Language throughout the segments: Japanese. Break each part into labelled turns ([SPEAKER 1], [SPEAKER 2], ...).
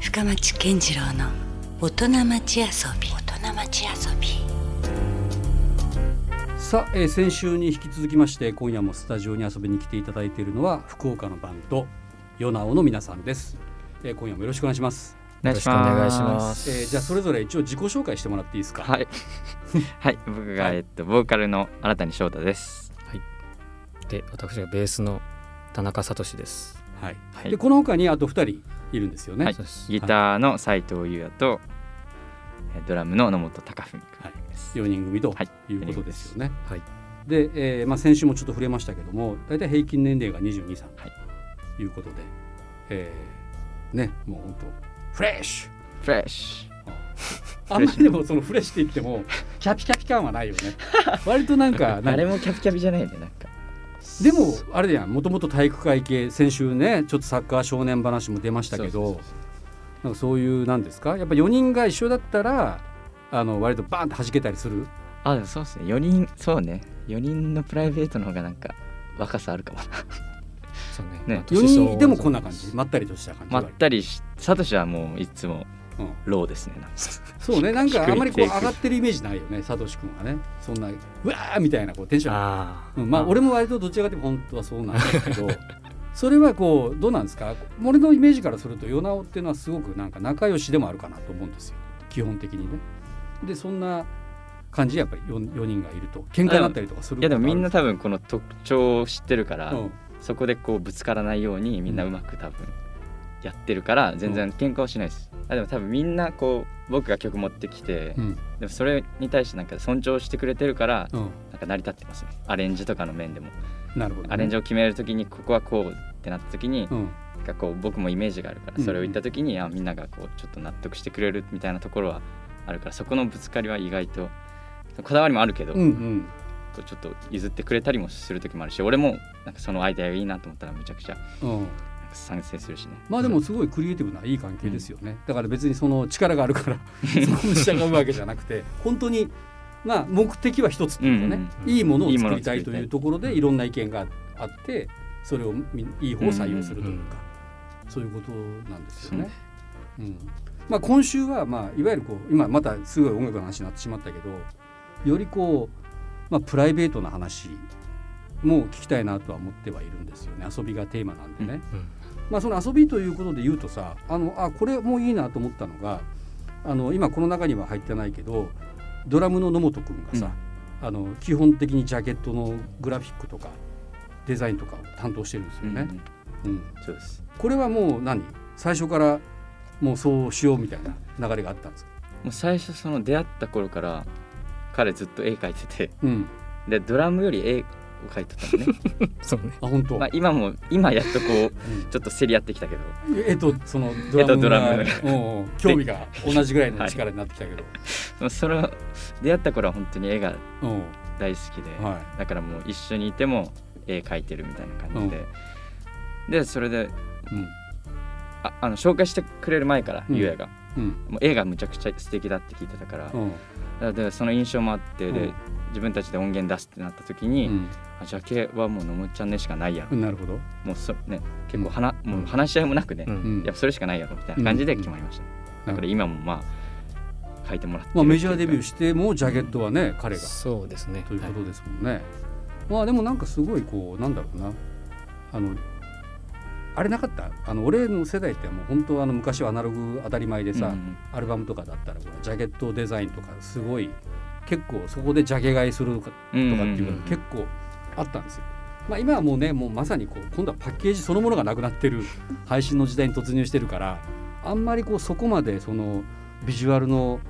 [SPEAKER 1] 深町健次郎の大人町遊び大人町遊び
[SPEAKER 2] さあ、えー先週に引き続きまして今夜もスタジオに遊びに来ていただいているのは福岡のバンドヨナオの皆さんです、えー今夜もよろしくお願いします、
[SPEAKER 3] よろしくお願いしま
[SPEAKER 2] え
[SPEAKER 3] す。
[SPEAKER 2] ーじゃあそれぞれ一応自己紹介してもらっていいですか
[SPEAKER 3] はい。 はい、僕が、
[SPEAKER 2] はい
[SPEAKER 3] えっと、ボーカルの新谷翔太です。
[SPEAKER 4] で私がベースの田中聡です。
[SPEAKER 2] はい
[SPEAKER 3] はい
[SPEAKER 2] でこの他にあと二人いるんですよね、
[SPEAKER 3] はい
[SPEAKER 4] そうです
[SPEAKER 3] ギターの斉藤優也と、えードラムの野本隆文君です。
[SPEAKER 2] 4人組と
[SPEAKER 3] はい
[SPEAKER 2] いうことですよね。
[SPEAKER 4] はい
[SPEAKER 2] で、えーまあ、先週もちょっと触れましたけども大体平均年齢が22歳
[SPEAKER 3] はい
[SPEAKER 2] ということで、えーねもう本当フレッシュ
[SPEAKER 3] フレッシ
[SPEAKER 2] あんまりでもそのフレッシュって言ってもキャピキャピ感はないよね割となんか
[SPEAKER 3] ュ。
[SPEAKER 2] なん
[SPEAKER 3] 誰
[SPEAKER 2] か
[SPEAKER 3] もキャピキャピじゃないね、なんか。
[SPEAKER 2] でもあれやんもともと体育会系先週ねちょっとサッカー少年話も出ましたけどなんかそういうなんですかやっぱ4人が一緒だったらあの割とバーンって弾けたりする
[SPEAKER 3] あ、でもそうですね。4人、そうね。4人のプライベートの方がなんか若さあるかも な。
[SPEAKER 4] そう
[SPEAKER 3] ね
[SPEAKER 4] ね。まあ
[SPEAKER 2] 4
[SPEAKER 4] 年相応
[SPEAKER 2] 人でもこんな感じまったりとした感じ
[SPEAKER 3] まったりし、サトシはもういつも
[SPEAKER 2] うん
[SPEAKER 3] ローですね。なんか
[SPEAKER 2] そうね、なんか
[SPEAKER 3] 低い
[SPEAKER 2] あんまりこう
[SPEAKER 3] 低い
[SPEAKER 2] 上がってるイメージないよね、サトシ君はね、そんな、うわーみたいなこうテンションが、
[SPEAKER 4] ああ、
[SPEAKER 2] うんまあ、俺も割とどちらかというと本当はそうなんですけ ど、それはこう、どうなんですか、俺のイメージからすると、ヨナオっていうのはすごくなんか仲良しでもあるかなと思うんですよ、基本的にね。で、そんな感じでやっぱり 4, 四人がいると、喧嘩になったりとかする
[SPEAKER 3] いやでもみんな
[SPEAKER 2] こと
[SPEAKER 3] 多分この特徴を知ってるから、
[SPEAKER 2] あるうん
[SPEAKER 3] そこでこうぶつからないようにみんなうまく多分やってるから全然喧嘩はしないです、あでも多分みんなこう僕が曲持ってきて、
[SPEAKER 2] うん
[SPEAKER 3] でもそれに対してなんか尊重してくれてるから
[SPEAKER 2] うん、
[SPEAKER 3] なんか成り立ってますねアレンジとかの面でも、
[SPEAKER 2] なるほど、ね。
[SPEAKER 3] アレンジを決める時にここはこうってなった時に、
[SPEAKER 2] うん
[SPEAKER 3] なんかこう僕もイメージがあるから
[SPEAKER 2] うん
[SPEAKER 3] それを言った時に、あみんながこうちょっと納得してくれるみたいなところはあるからそこのぶつかりは意外とこだわりもあるけど、
[SPEAKER 2] うんうん
[SPEAKER 3] こうちょっと譲ってくれたりもする時もあるし俺もなんかそのアイデアがいいなと思ったらめちゃくちゃ
[SPEAKER 2] うん
[SPEAKER 3] 賛成するしね。
[SPEAKER 2] まあでもすごいクリエイティブないい関係ですよね、だから別にその力があるからそこに従うわけじゃなくて本当にまあ目的は一つっていうかね、
[SPEAKER 4] うん
[SPEAKER 2] いいものを
[SPEAKER 3] いいも
[SPEAKER 2] 作
[SPEAKER 3] のを
[SPEAKER 2] りたいと
[SPEAKER 3] 作りた
[SPEAKER 2] いう
[SPEAKER 3] い
[SPEAKER 2] ところでいろんな意見があってそれをみいい方を採用するというか、そういうことなんですよね。うんまあ、今週は、まあ、いわゆるこう今またすごい音楽の話になってしまったけどよりこう、まあ、プライベートな話も聞きたいなとは思ってはいるんですよね遊びがテーマなんでね。
[SPEAKER 4] うん
[SPEAKER 2] まあ、その遊びということで言うとさあのあこれもいいなと思ったのがあの今この中には入ってないけどドラムの野本くんがさ、あの基本的にジャケットのグラフィックとかデザインとかを担当してるんですよ
[SPEAKER 3] うん
[SPEAKER 2] ね。うん
[SPEAKER 3] そうです
[SPEAKER 2] これはもう何最初からもうそうしようみたいな流れがあったんですか、
[SPEAKER 3] もう最初その出会った頃から彼ずっと絵描いて て
[SPEAKER 2] うん、
[SPEAKER 3] でドラムより絵を描いて たのね
[SPEAKER 4] そうね。
[SPEAKER 2] あ本当、
[SPEAKER 3] まあ今も今やっとこう
[SPEAKER 2] うん
[SPEAKER 3] ちょっと競り合ってきたけど
[SPEAKER 2] えっとそのドラムが、
[SPEAKER 3] えっ
[SPEAKER 2] うんうん興味が同じぐらいの力になってきたけど、
[SPEAKER 3] まあそれは出会った頃は本当に絵が
[SPEAKER 2] う
[SPEAKER 3] 大好きで、
[SPEAKER 2] んはい
[SPEAKER 3] だからもう一緒にいても絵描いてるみたいな感じで、でそれで
[SPEAKER 2] うん
[SPEAKER 3] ああの紹介してくれる前から
[SPEAKER 2] うん
[SPEAKER 3] ゆうやが、
[SPEAKER 2] うん
[SPEAKER 3] もう絵がむちゃくちゃ素敵だって聞いてたから、
[SPEAKER 2] うん
[SPEAKER 3] だからその印象もあって、
[SPEAKER 2] う
[SPEAKER 3] で
[SPEAKER 2] ん
[SPEAKER 3] 自分たちで音源出すってなった時に、あジャケはもうのもちゃんねしかないやろ、
[SPEAKER 2] うんなるほど、
[SPEAKER 3] もうそね結構はな、もう話し合いもなくね、
[SPEAKER 4] うん
[SPEAKER 2] うん
[SPEAKER 3] やっぱそれしかないやろみたいな感じで決まりました、だから今もまあ書いてもらってる
[SPEAKER 2] まあ、メジャーデビュー
[SPEAKER 3] し
[SPEAKER 2] してもジャケットはね、彼が
[SPEAKER 4] そうですね。
[SPEAKER 2] というこ
[SPEAKER 4] は
[SPEAKER 2] とですもんね、まあでもなんかすごいこうなんだろうなあのあれなかったあの俺の世代ってもう本当あの昔はアナログ当たり前でさ、アルバムとかだったらほらジャケットデザインとかすごい結構そこでジャケ買いするとかとかっていうのが結構あったんですよ。まあ、今はもうねもうまさにこう今度はパッケージそのものがなくなってる配信の時代に突入してるからあんまりこうそこまでそのビジュアルの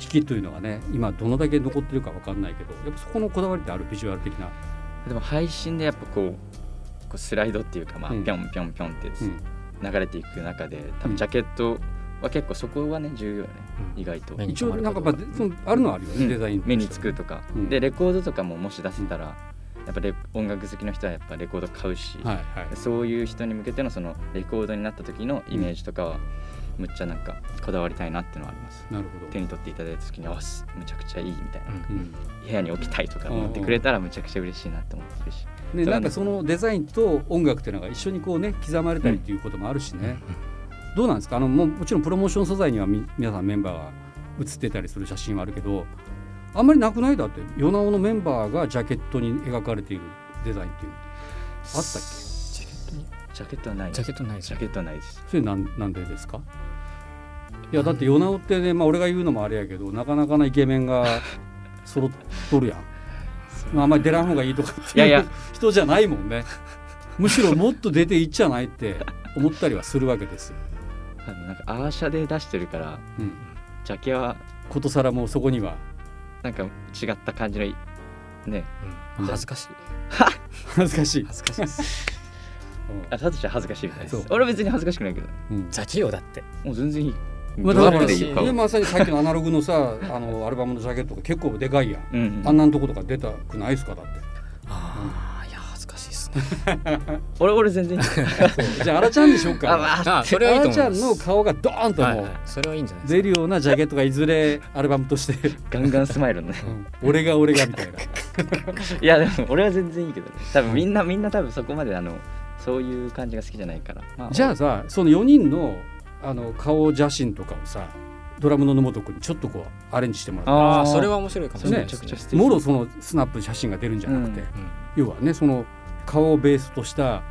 [SPEAKER 2] 引きというのがね今どのだけ残ってるかわかんないけどやっぱそこのこだわりってあるビジュアル的な。
[SPEAKER 3] でも配信でやっぱこうこうスライドっていうかまあ
[SPEAKER 2] う
[SPEAKER 3] ぴ
[SPEAKER 2] ん
[SPEAKER 3] ょんぴょんぴょんって
[SPEAKER 2] うん
[SPEAKER 3] 流れていく中で多
[SPEAKER 2] うん
[SPEAKER 3] 分ジャケットは結構そこはね重要よね
[SPEAKER 4] うん
[SPEAKER 3] 意外と、
[SPEAKER 4] 目に
[SPEAKER 2] 一応なんかまあでそのあるのはあるよね、
[SPEAKER 3] うん
[SPEAKER 2] デザインとして
[SPEAKER 3] 目につくとか、
[SPEAKER 2] うん
[SPEAKER 3] でレコードとかももし出せたら、やっぱレ音楽好きの人はやっぱレコード買うし、
[SPEAKER 2] はいはい
[SPEAKER 3] そういう人に向けてのそのレコードになった時のイメージとかは、むっちゃなんかこだわりたいなっていうのはあります
[SPEAKER 2] なるほど
[SPEAKER 3] 手に取っていただいた時にあすむちゃくちゃいいみたいな、
[SPEAKER 4] うん
[SPEAKER 2] うん
[SPEAKER 3] 部屋に置きたいとか思ってくれたらむちゃくちゃ嬉しいなって思ってるし、
[SPEAKER 2] ね、
[SPEAKER 3] だから
[SPEAKER 2] なんかそのデザインと音楽っていうのが一緒にこうね刻まれたりっていうこともあるしね、どうなんですかあのもうもちろんプロモーション素材にはみ皆さんメンバーが写ってたりする写真はあるけどあんまりなくないだってヨナオのメンバーがジャケットに描かれているデザインっていうあったっけ
[SPEAKER 4] ジャケットに
[SPEAKER 3] ジャケットはない
[SPEAKER 4] ジャケットないです
[SPEAKER 3] ジャケットはないです
[SPEAKER 2] それなんなんでですかいやだってヨナオってね、まあ、俺が言うのもあれやけどなかなかなイケメン が揃っとるやん、まあ、あんまり出らん方がいいとかって
[SPEAKER 3] いやいや
[SPEAKER 2] 人じゃないもんねむしろもっと出ていっちゃないって思ったりはするわけですよ、
[SPEAKER 3] あのなんかアーシャで出してるから
[SPEAKER 2] うん、
[SPEAKER 3] ジャケは
[SPEAKER 2] ことさらもうそこには
[SPEAKER 3] なんか違った感じのいね
[SPEAKER 4] うん恥ずかしい
[SPEAKER 2] 恥ずかしい、
[SPEAKER 4] 恥ずかしいです
[SPEAKER 3] あサトシは恥ずかしいみたいで
[SPEAKER 2] そう
[SPEAKER 3] す俺別に恥ずかしくないけど
[SPEAKER 2] うん
[SPEAKER 4] ザキよだって
[SPEAKER 3] もう全然いい
[SPEAKER 2] まあ、
[SPEAKER 3] ど
[SPEAKER 2] だ
[SPEAKER 3] う
[SPEAKER 2] か
[SPEAKER 3] や
[SPEAKER 2] ら
[SPEAKER 3] って
[SPEAKER 2] ね
[SPEAKER 3] いいか
[SPEAKER 2] でまさにさっきのアナログのさあのアルバムのジャケットが結構でかいやん
[SPEAKER 3] うんうん
[SPEAKER 2] あんなんとことか出たくないですかだって
[SPEAKER 4] ああいや恥ずかしいですね
[SPEAKER 3] 俺俺全然いい
[SPEAKER 2] じゃあアラちゃんにしよっか
[SPEAKER 3] あまあ
[SPEAKER 4] あそれはいい
[SPEAKER 2] ア
[SPEAKER 4] と
[SPEAKER 2] ラ
[SPEAKER 4] 思
[SPEAKER 2] ち
[SPEAKER 4] い
[SPEAKER 2] ゃ
[SPEAKER 4] ま
[SPEAKER 2] んの
[SPEAKER 4] す
[SPEAKER 2] 顔がドーンと
[SPEAKER 4] はい
[SPEAKER 2] も
[SPEAKER 4] は
[SPEAKER 2] う
[SPEAKER 4] いそれはいいんじゃないです
[SPEAKER 2] 出るようなジャケットがいずれアルバムとして
[SPEAKER 3] ガンガンスマイルのね
[SPEAKER 4] か、うん
[SPEAKER 2] 俺が俺がみた いな。
[SPEAKER 3] いやでも俺は全然いいけどね多分みんなみんな多分そこまであのそういう感じが好きじゃないから、ま
[SPEAKER 2] じゃあさ、その4人のあの顔写真とかをさ、ドラムの野本君にちょっとこうアレンジしてもらっ
[SPEAKER 4] あ
[SPEAKER 3] あ
[SPEAKER 4] あ
[SPEAKER 3] ー
[SPEAKER 4] それは面白いかもしれない
[SPEAKER 3] め
[SPEAKER 4] で
[SPEAKER 3] ちゃ
[SPEAKER 4] す
[SPEAKER 3] く
[SPEAKER 4] ね
[SPEAKER 3] ちゃ素
[SPEAKER 2] て、
[SPEAKER 3] 敵
[SPEAKER 2] もろそのスナップ写真が出るんじゃなくて、
[SPEAKER 3] うん
[SPEAKER 4] うん
[SPEAKER 2] 要はね、その顔をベースとした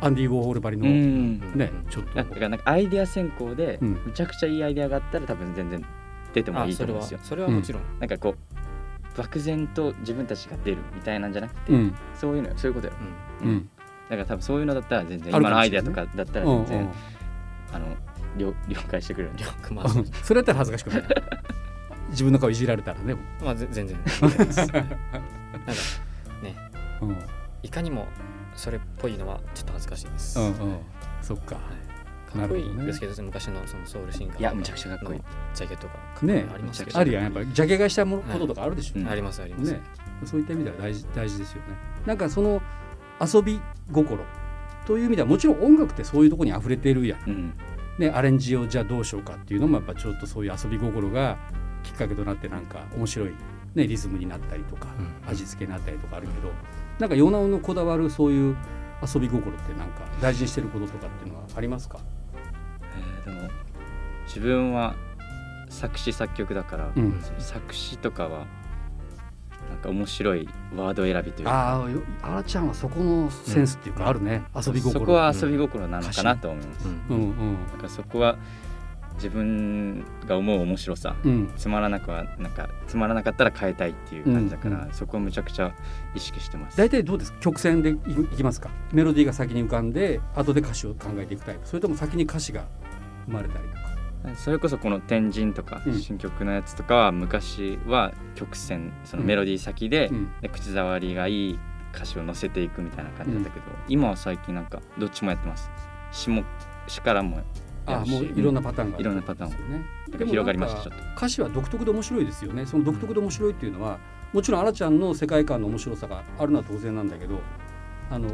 [SPEAKER 2] アンディ・ウォーホルばり
[SPEAKER 3] う
[SPEAKER 2] の、
[SPEAKER 3] ん
[SPEAKER 2] ね、ちょっと
[SPEAKER 3] だ
[SPEAKER 2] こ
[SPEAKER 3] からなんかアイデア選考で
[SPEAKER 2] うん
[SPEAKER 3] むちゃくちゃいいアイデアがあったら多分全然出ても
[SPEAKER 4] あ
[SPEAKER 3] いいと
[SPEAKER 4] それ
[SPEAKER 3] 思うん
[SPEAKER 4] は
[SPEAKER 3] ですよ
[SPEAKER 4] それはもちろん、
[SPEAKER 3] なんかこう漠然と自分たちが出るみたいなんじゃなくて、
[SPEAKER 2] う。うん
[SPEAKER 3] そういうのよそういうことよ
[SPEAKER 4] うん
[SPEAKER 2] うん
[SPEAKER 3] だから多分そういうのだったら全然
[SPEAKER 2] ある
[SPEAKER 3] 今
[SPEAKER 2] か
[SPEAKER 3] の
[SPEAKER 2] も
[SPEAKER 3] ア
[SPEAKER 2] し
[SPEAKER 3] イデ
[SPEAKER 2] れ
[SPEAKER 3] ア
[SPEAKER 2] ない
[SPEAKER 3] とかだったら
[SPEAKER 2] う
[SPEAKER 3] 全
[SPEAKER 2] ん
[SPEAKER 3] 然、あの了了解してくれるんで
[SPEAKER 4] りょうくんまあ
[SPEAKER 2] うんそれやったら恥ずかしくない。自分の顔いじられたらね。
[SPEAKER 4] まあぜ全然いいと思いますなんかね
[SPEAKER 2] うんうん
[SPEAKER 4] いかにもそれっぽいのはちょっと恥ずかしいです、
[SPEAKER 2] う
[SPEAKER 4] か
[SPEAKER 2] ん。そっか。
[SPEAKER 4] っこい
[SPEAKER 2] なるほど
[SPEAKER 4] い
[SPEAKER 2] ね
[SPEAKER 4] ですけど昔のそのソウルシンガー
[SPEAKER 3] いやむちゃくちゃかっこいい
[SPEAKER 4] のジャケットがかっこいい
[SPEAKER 2] ね
[SPEAKER 4] のありますけど
[SPEAKER 2] あるやん、やっぱりジャケ買いしたものこととかあるでしょ。
[SPEAKER 3] うん
[SPEAKER 4] ありますあります、
[SPEAKER 2] ね、そういった意味では大事大事ですよね。なんかその遊び心という意味ではもちろん音楽ってそういうところに溢れてるやん、
[SPEAKER 3] うん
[SPEAKER 2] ね、アレンジをじゃあどうしようかっていうのもやっぱちょっとそういう遊び心がきっかけとなってなんか面白い、ね、リズムになったりとか
[SPEAKER 4] うん
[SPEAKER 2] 味付けになったりとかあるけどなんかヨナオのこだわるそういう遊び心ってなんか大事にしてることとかっていうのはありますか、
[SPEAKER 3] えーでも自分は作詞作曲だから、
[SPEAKER 2] うん
[SPEAKER 3] 作詞とかはなんか面白いワード選びというか
[SPEAKER 2] ああよあらちゃんはそこのセンスっていうかあるね、遊び心
[SPEAKER 3] そこは遊び心なのかなと思います、
[SPEAKER 4] うん
[SPEAKER 2] うんうん
[SPEAKER 3] なんかそこは自分が思う面白さ
[SPEAKER 2] うん
[SPEAKER 3] つまらなくはなんかつまらなかったら変えたいっていう感じだから、
[SPEAKER 2] うん
[SPEAKER 3] そこをむちゃくちゃ意識してます
[SPEAKER 2] 大体どうですか曲線でいいきますかメロディーが先に浮かんで後で歌詞を考えていくタイプそれとも先に歌詞が生まれたりとか
[SPEAKER 3] それこそこの「天神」とか
[SPEAKER 2] うん
[SPEAKER 3] 新曲のやつとかは昔は曲線そのメロディー先で,、
[SPEAKER 2] うん
[SPEAKER 3] で口触りがいい歌詞を乗せていくみたいな感じだったけど、今は最近なんかどっちもやってます詞も詞からもや
[SPEAKER 2] あ
[SPEAKER 3] るし
[SPEAKER 2] もういろんなパターンがある
[SPEAKER 3] いろんなパターン
[SPEAKER 2] ですよね
[SPEAKER 3] なんか広がりました
[SPEAKER 2] で
[SPEAKER 3] ちょ
[SPEAKER 2] もな
[SPEAKER 3] っ
[SPEAKER 2] ん
[SPEAKER 3] と
[SPEAKER 2] か歌詞は独特で面白いですよねその独特で面白いっていうのはもちろんあらちゃんの世界観の面白さがあるのは当然なんだけどあの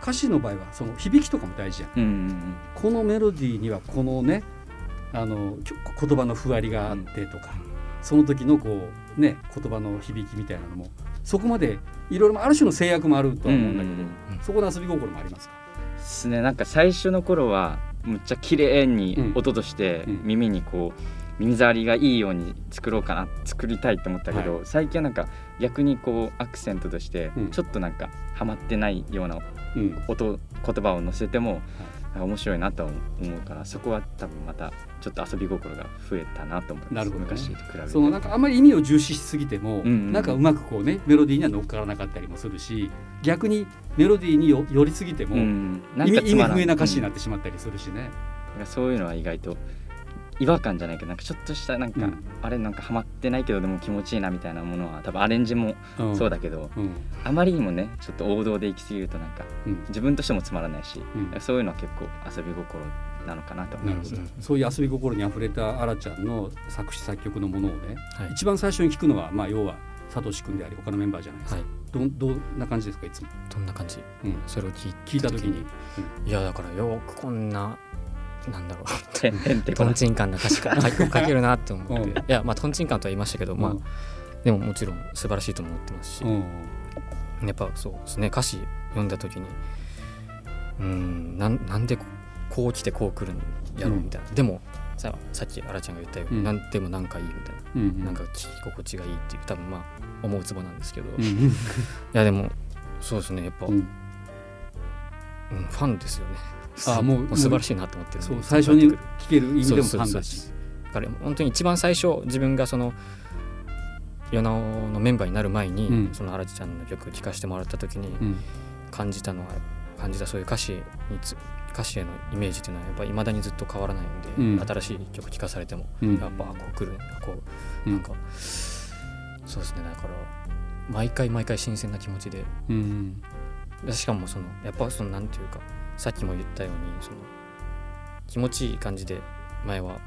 [SPEAKER 2] 歌詞の場合はその響きとかも大事やん
[SPEAKER 3] うんうん
[SPEAKER 2] このメロディーにはこのねあのちょ言葉のふわりがあってとか、その時のこうね言葉の響きみたいなのもそこまでいろいろある種の制約もあると
[SPEAKER 3] うん
[SPEAKER 2] は
[SPEAKER 3] うん
[SPEAKER 2] 思うんだけど、
[SPEAKER 3] うん
[SPEAKER 2] そこの遊び心もありますか、
[SPEAKER 3] ですねなんか最初の頃はむっちゃ綺麗に
[SPEAKER 2] うん
[SPEAKER 3] 音として
[SPEAKER 2] うん
[SPEAKER 3] 耳にこう耳障りがいいように作ろうかな作りたいと思ったけど、最近はなんか逆にこうアクセントとして
[SPEAKER 2] うん
[SPEAKER 3] ちょっとなんかハマってないような
[SPEAKER 2] うん、
[SPEAKER 3] 音言葉を乗せても面白いなとは思うからそこは多分またちょっと遊び心が増えたなと思います
[SPEAKER 2] なるほどね
[SPEAKER 3] 昔と比べて
[SPEAKER 2] そのなんかあんまり意味を重視しすぎても、
[SPEAKER 3] んうん
[SPEAKER 2] なんかうまくこうねメロディーには乗っからなかったりもするし逆にメロディーによ寄りすぎても、
[SPEAKER 3] うん、な
[SPEAKER 2] 意
[SPEAKER 3] ん
[SPEAKER 2] 味
[SPEAKER 3] か
[SPEAKER 2] 意
[SPEAKER 3] つ
[SPEAKER 2] 味
[SPEAKER 3] まら
[SPEAKER 2] 不
[SPEAKER 3] ん
[SPEAKER 2] 明な歌詞になってしまったりするしね、
[SPEAKER 3] なんかそういうのは意外と違和感じゃないけどなんかちょっとしたなんか、
[SPEAKER 2] うん
[SPEAKER 3] あれなんかハマってないけどでも気持ちいいなみたいなものは多分アレンジも
[SPEAKER 2] ん
[SPEAKER 3] そうだけど、
[SPEAKER 2] うん
[SPEAKER 3] あまりにもねちょっと王道で行き過ぎるとなんか
[SPEAKER 2] うん
[SPEAKER 3] 自分としてもつまらないし、
[SPEAKER 2] うん
[SPEAKER 3] なんかそういうのは結構遊び心なのかなと思
[SPEAKER 2] ないる
[SPEAKER 3] ま
[SPEAKER 2] ほ
[SPEAKER 3] す
[SPEAKER 2] ど、
[SPEAKER 4] うん
[SPEAKER 2] そういう遊び心にあふれたあらちゃんの作詞作曲のものをね、
[SPEAKER 4] はい
[SPEAKER 2] 一番最初に聞くのは、まあ、要はサトシ君であり他のメンバーじゃないですか、
[SPEAKER 4] はい
[SPEAKER 2] どんどんな感じですかいつも、
[SPEAKER 4] どんな感じ
[SPEAKER 2] うん
[SPEAKER 4] それを聞い
[SPEAKER 2] 聞いた時に、
[SPEAKER 4] いやだからよくこんななんだろう
[SPEAKER 3] てんてんてんこ
[SPEAKER 4] と
[SPEAKER 3] なん
[SPEAKER 4] ちんかんな歌詞が書けるなって思って、
[SPEAKER 2] うん
[SPEAKER 4] いやまあとんちんかんとは言いましたけど、ま
[SPEAKER 2] うん
[SPEAKER 4] あでももちろん素晴らしいとも思ってますし、
[SPEAKER 2] うん
[SPEAKER 4] やっぱそうですね歌詞読んだ時にうーんなんなんでここう来てこう来るんやろ
[SPEAKER 2] うん
[SPEAKER 4] みたいな、でもささっきあらちゃんが言ったように、
[SPEAKER 2] うん
[SPEAKER 4] なんでもなんかいいみたいな、
[SPEAKER 2] うんうん
[SPEAKER 4] なんか聞き心地がいいっていう多分まあ思うツボなんですけど、
[SPEAKER 2] う
[SPEAKER 4] い
[SPEAKER 2] ん
[SPEAKER 4] やでもそうですねやっぱ、
[SPEAKER 2] う
[SPEAKER 4] うん
[SPEAKER 2] ん
[SPEAKER 4] ファンですよね
[SPEAKER 2] あもうもう
[SPEAKER 4] 素晴らしいなと思ってるん
[SPEAKER 2] そ
[SPEAKER 4] で
[SPEAKER 2] う最初に
[SPEAKER 4] だ
[SPEAKER 2] 聴ける意味でもファンだし
[SPEAKER 4] から本当に一番最初自分がそのヨナオのメンバーになる前に、
[SPEAKER 2] うん
[SPEAKER 4] そのあらちゃんの曲聴かせてもらった時に、
[SPEAKER 2] うん
[SPEAKER 4] 感じたのは感じたそういう歌詞につ歌詞へのイメージっていうのはやっぱり未だにずっと変わらないんで、
[SPEAKER 2] うん
[SPEAKER 4] 新しい曲聴かされても、
[SPEAKER 2] うん
[SPEAKER 4] やっぱこう来るんだこ
[SPEAKER 2] う
[SPEAKER 4] うんなんか、そうですねだから毎回毎回新鮮な気持ちで
[SPEAKER 2] うん
[SPEAKER 4] でしかもそのやっぱそのなんていうかさっきも言ったようにその気持ちいい感じで前は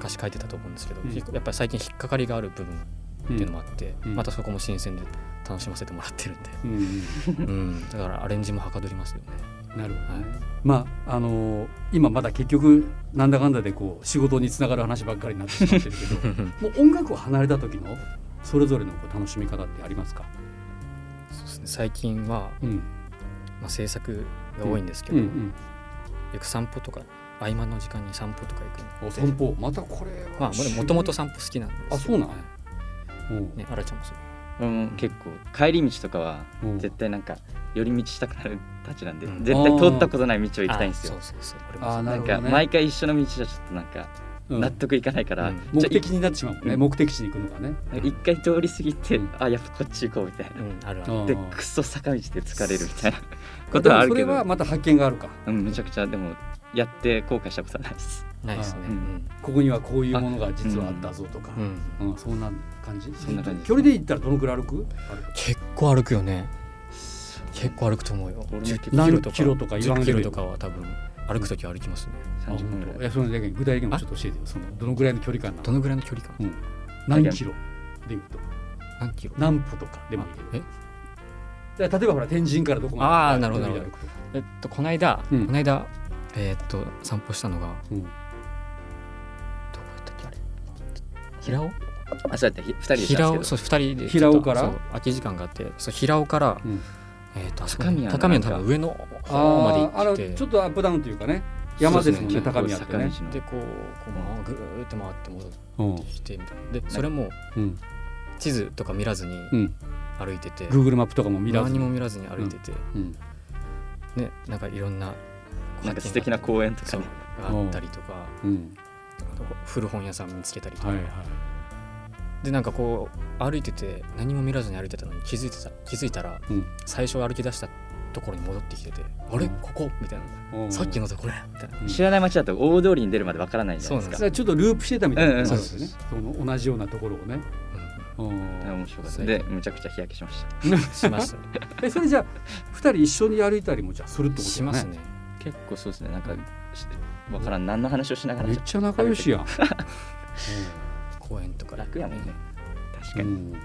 [SPEAKER 4] 歌詞書いてたと思うんですけど、
[SPEAKER 2] うん
[SPEAKER 4] やっぱり最近引っかかりがある部分っていうのもあって、
[SPEAKER 2] うん
[SPEAKER 4] またそこも新鮮で楽しませてもらってるんで、
[SPEAKER 2] うんうん
[SPEAKER 4] うん、だからアレンジもはかどりますよね。
[SPEAKER 2] なるほどね。まああのー今まだ結局なんだかんだでこう仕事につながる話ばっかりになってしまってるけども う音楽を離れた時のそれぞれのこう楽しみ方ってありますか、
[SPEAKER 4] そうですね最近は、
[SPEAKER 2] うん
[SPEAKER 4] まあ、制作が多いんですけ
[SPEAKER 2] う
[SPEAKER 4] ど、
[SPEAKER 2] んうん、
[SPEAKER 4] よく散歩とか合間の時間に散歩とか行くの
[SPEAKER 2] お散歩またこれは
[SPEAKER 4] まあもともと散歩好きなんです
[SPEAKER 2] あそうなん
[SPEAKER 4] はい
[SPEAKER 2] うん
[SPEAKER 4] ねあらちゃんもそう
[SPEAKER 3] 俺も結構帰り道とかは
[SPEAKER 2] うん
[SPEAKER 3] 絶対なんか寄り道したくなるたちなんで、
[SPEAKER 4] うん
[SPEAKER 3] 絶対通ったことない道を行きたいんですよ
[SPEAKER 4] あそうそうそう俺も
[SPEAKER 2] あー
[SPEAKER 4] そう
[SPEAKER 2] な
[SPEAKER 3] な
[SPEAKER 2] る
[SPEAKER 3] ん
[SPEAKER 2] ほ
[SPEAKER 3] か
[SPEAKER 2] ど、ね、
[SPEAKER 3] 毎回一緒の道じゃちょっとなんか
[SPEAKER 2] うん
[SPEAKER 3] 納得いかないから、
[SPEAKER 4] うん
[SPEAKER 2] 目
[SPEAKER 3] ちょ
[SPEAKER 2] 的になってしまうもんね、
[SPEAKER 3] うん
[SPEAKER 2] 目的地に行くのがね、
[SPEAKER 3] い一回通り過ぎて、
[SPEAKER 2] うん
[SPEAKER 3] あやっぱこっち行こうみたいな、
[SPEAKER 4] うんあるあ
[SPEAKER 2] う
[SPEAKER 4] る
[SPEAKER 2] ん
[SPEAKER 3] でクソ坂道で疲れるみたいなことはあるけ
[SPEAKER 2] でもそれは
[SPEAKER 3] ど、
[SPEAKER 2] また発見があるか
[SPEAKER 3] うん、むちゃくちゃでもやって後悔したことはないです
[SPEAKER 4] ないですね
[SPEAKER 2] あ
[SPEAKER 4] う
[SPEAKER 3] うん
[SPEAKER 4] ん
[SPEAKER 2] ここにはこういうものが実はあったぞとか、
[SPEAKER 4] う
[SPEAKER 2] うん
[SPEAKER 4] ん
[SPEAKER 2] そんな感じ
[SPEAKER 3] そんな感じ
[SPEAKER 2] 距離で言ったらどのくらい歩く
[SPEAKER 4] 結構歩くよね結構歩くと思うよ
[SPEAKER 3] 俺も
[SPEAKER 4] 10
[SPEAKER 3] 結
[SPEAKER 4] キ
[SPEAKER 3] 構
[SPEAKER 4] ロ
[SPEAKER 2] 何
[SPEAKER 4] とか
[SPEAKER 2] キロとか言わ
[SPEAKER 4] 10
[SPEAKER 2] な
[SPEAKER 4] キ
[SPEAKER 2] け
[SPEAKER 4] ロ
[SPEAKER 2] れ
[SPEAKER 4] と
[SPEAKER 2] ば
[SPEAKER 4] かは多分歩く時は歩きますね
[SPEAKER 2] あ
[SPEAKER 3] 30
[SPEAKER 2] 本
[SPEAKER 3] 分ぐ
[SPEAKER 2] 当い
[SPEAKER 3] らい
[SPEAKER 2] やそのだけ具体的にもちょっと教えてよそのどのぐらいの距離感な
[SPEAKER 4] ど
[SPEAKER 2] の、
[SPEAKER 4] のぐらいの距離か
[SPEAKER 2] うん、何キロでいうと
[SPEAKER 4] 何キロ
[SPEAKER 2] 何歩とかでもいい
[SPEAKER 4] え
[SPEAKER 2] けどだから例えばほら天神からどこまで
[SPEAKER 4] あーなるほど
[SPEAKER 2] どのぐらい歩くとか
[SPEAKER 4] えっとこの間こ
[SPEAKER 2] うん
[SPEAKER 4] の間えーっと散歩したのが
[SPEAKER 2] うん
[SPEAKER 4] どこやったっけあれ平尾
[SPEAKER 3] あそうやってひ二人でした
[SPEAKER 4] 平
[SPEAKER 3] ん
[SPEAKER 4] 尾
[SPEAKER 3] です
[SPEAKER 4] そう2人で
[SPEAKER 2] 平尾から
[SPEAKER 4] ちょっとそう空き時間があってそう平尾から、
[SPEAKER 2] うん
[SPEAKER 4] えー、とあそこ
[SPEAKER 3] 高宮の
[SPEAKER 4] 高宮の多分上の方まで
[SPEAKER 2] あーあ
[SPEAKER 4] 行っ
[SPEAKER 2] の
[SPEAKER 4] て
[SPEAKER 2] ちょっとアップダウンというかね山ですもんね
[SPEAKER 4] そうですね
[SPEAKER 2] 高宮ってね
[SPEAKER 3] 坂道の
[SPEAKER 4] でこうこうまあぐーって回って戻って
[SPEAKER 2] うん
[SPEAKER 4] きてみたいなでそれも
[SPEAKER 2] うん
[SPEAKER 4] 地図とか見らずに
[SPEAKER 2] うん
[SPEAKER 4] 歩いてて、
[SPEAKER 2] Google マップとかも見らず
[SPEAKER 4] 何も見らずに歩いてて、
[SPEAKER 2] うん
[SPEAKER 4] ねなんかいろんな
[SPEAKER 3] なんか素敵な公園とか
[SPEAKER 4] そう
[SPEAKER 3] ね
[SPEAKER 4] があったりとか
[SPEAKER 2] うん
[SPEAKER 4] あと古本屋さん見つけたりとか、
[SPEAKER 2] はいはい
[SPEAKER 4] でなんかこう歩いてて何も見らずに歩いてたのに気づいてた気づいたら
[SPEAKER 2] うん
[SPEAKER 4] 最初歩き出したところに戻ってきてて、あれ
[SPEAKER 2] うん
[SPEAKER 4] ここみたいな、
[SPEAKER 2] うん
[SPEAKER 4] さっきのところやみたいな、
[SPEAKER 2] うん
[SPEAKER 3] 知らない街だと大通りに出るまでわからないじゃないです
[SPEAKER 2] だ
[SPEAKER 3] か
[SPEAKER 2] か。らちょっとループしてたみたいな
[SPEAKER 3] うん
[SPEAKER 4] うん
[SPEAKER 2] ですよねその同じようなところをねうん
[SPEAKER 3] 面白かったでむちゃくちゃ日焼けしました
[SPEAKER 4] うんしましたね
[SPEAKER 2] えそれじゃあ2人一緒に歩いたりもじゃあするってことだね
[SPEAKER 4] しますね
[SPEAKER 3] 結構そうですねなんかしわからん何の話をしながら
[SPEAKER 2] めっちゃ仲良しやん、
[SPEAKER 4] 公園とか
[SPEAKER 3] 楽やもんね確か
[SPEAKER 2] う
[SPEAKER 3] に、
[SPEAKER 2] ん、
[SPEAKER 4] で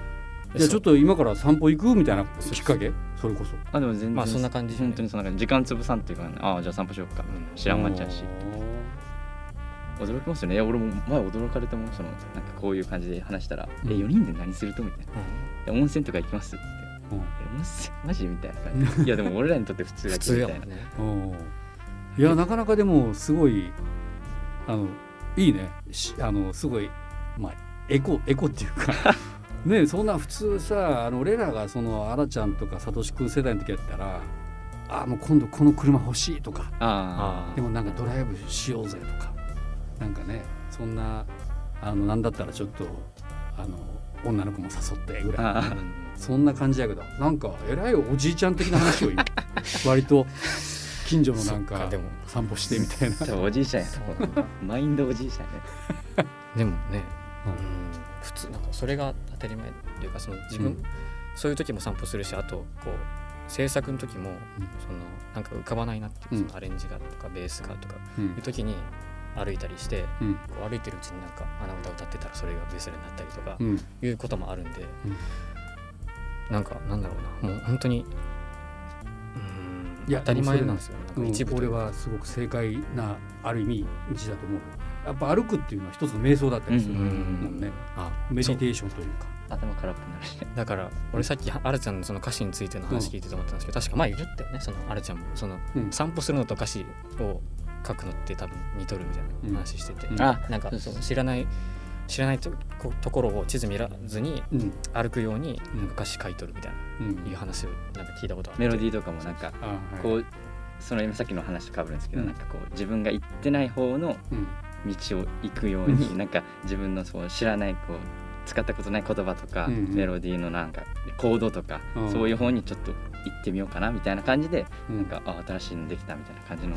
[SPEAKER 2] じゃあちょっと今から散歩行くみたいな
[SPEAKER 4] そう
[SPEAKER 2] きっかけそれこそ
[SPEAKER 3] あでも全然
[SPEAKER 4] まあそんな感じですね
[SPEAKER 3] 本当にそんな感じ時間潰さんっていうか、ね、ああじゃあ散歩しようか、
[SPEAKER 4] ん
[SPEAKER 3] 知らんまっちゃうし
[SPEAKER 2] う
[SPEAKER 3] 驚きますよねいや俺も前驚かれたもんそのなんかこういう感じで話したら「
[SPEAKER 2] うん
[SPEAKER 3] え4人で何すると?」みたいな「いや温泉とか行きます」って「
[SPEAKER 2] ん
[SPEAKER 3] え温泉マジ?」み たいな感じいやでも俺らにとって普通
[SPEAKER 4] 普
[SPEAKER 3] だ
[SPEAKER 4] 通
[SPEAKER 3] け
[SPEAKER 4] や
[SPEAKER 3] みた
[SPEAKER 4] も
[SPEAKER 3] い
[SPEAKER 4] ん
[SPEAKER 3] な
[SPEAKER 4] ね
[SPEAKER 2] うんうんいやなかなかでもすごいあのいいねしあのすごいまあエコエコっていうか ねそんな普通さあの俺らがそのあらちゃんとかさとしくん世代の時やったらあもう今度この車欲しいとか
[SPEAKER 3] あ
[SPEAKER 4] あ
[SPEAKER 2] でもなんかドライブしようぜとかなんかねそんなあのなんだったらちょっとあの女の子も誘ってぐ
[SPEAKER 3] あ
[SPEAKER 2] らい
[SPEAKER 3] ああ
[SPEAKER 2] そんな感じやけどなんかえらいおじいちゃん的な話を 今割と近所の なん
[SPEAKER 4] そっ
[SPEAKER 2] か
[SPEAKER 4] かでも
[SPEAKER 2] 散歩してみたいな
[SPEAKER 3] 多分おじいちゃんや
[SPEAKER 4] そう
[SPEAKER 3] マインドおじいちゃんやね
[SPEAKER 4] でもね、
[SPEAKER 2] う
[SPEAKER 4] うんん、普通なんかそれが当たり前っていうかその自分、
[SPEAKER 2] うん
[SPEAKER 4] そういう時も散歩するしあとこう制作の時も、そのなんか浮かばないなっていう
[SPEAKER 2] うん
[SPEAKER 4] そのアレンジがとかベースがとか
[SPEAKER 2] う
[SPEAKER 4] いうん時に歩いたりして
[SPEAKER 2] うん
[SPEAKER 4] こう歩いてるうちになんか穴歌歌ってたらそれがベースになったりとか
[SPEAKER 2] うん
[SPEAKER 4] いうこともあるんで、
[SPEAKER 2] うん
[SPEAKER 4] なんかなんだろうなもう本当にうん
[SPEAKER 2] いや
[SPEAKER 4] 当たり前なんですよねなんか一部
[SPEAKER 2] うん
[SPEAKER 4] と
[SPEAKER 2] 俺
[SPEAKER 4] いうか
[SPEAKER 2] はすごく正解なある意味道だと思うやっぱ歩くっていうのは一つの瞑想だったりする
[SPEAKER 3] うん
[SPEAKER 2] もんね、
[SPEAKER 4] あ
[SPEAKER 2] メディテーションというか
[SPEAKER 4] そう
[SPEAKER 3] 頭空っぽになるしね
[SPEAKER 4] だから俺さっきあらちゃんのその歌詞についての話聞いてて思ったんですけど、確か前言ったよねそのあらちゃんもその
[SPEAKER 2] うん
[SPEAKER 4] 散歩するのと歌詞を書くのって多分似とるみたいな話してて、
[SPEAKER 2] うん
[SPEAKER 3] あ
[SPEAKER 4] なんか
[SPEAKER 3] そう
[SPEAKER 4] そ
[SPEAKER 3] そう
[SPEAKER 4] の知らない知らないとこところを地図見らずに
[SPEAKER 2] うん
[SPEAKER 4] 歩くように
[SPEAKER 2] うん
[SPEAKER 4] なんか歌詞書いとるみたいな、
[SPEAKER 2] うん
[SPEAKER 4] いう話をなんか聞いたことある
[SPEAKER 3] メロディーとかもなんか
[SPEAKER 2] あはい
[SPEAKER 3] こうその今さっきの話とかぶるんですけど、
[SPEAKER 2] うん
[SPEAKER 3] なんかこう自分が行ってない方の
[SPEAKER 2] うん
[SPEAKER 3] 道を行くよう
[SPEAKER 2] う
[SPEAKER 3] になんか自分のそう知らないこう使ったことない言葉とか、
[SPEAKER 2] うんうん
[SPEAKER 3] メロディーのなんかコードとか、
[SPEAKER 2] うん
[SPEAKER 3] そういう方にちょっと行ってみようかなみたいな感じで、
[SPEAKER 2] うん
[SPEAKER 3] なんかあ新しいのできたみたいな感じの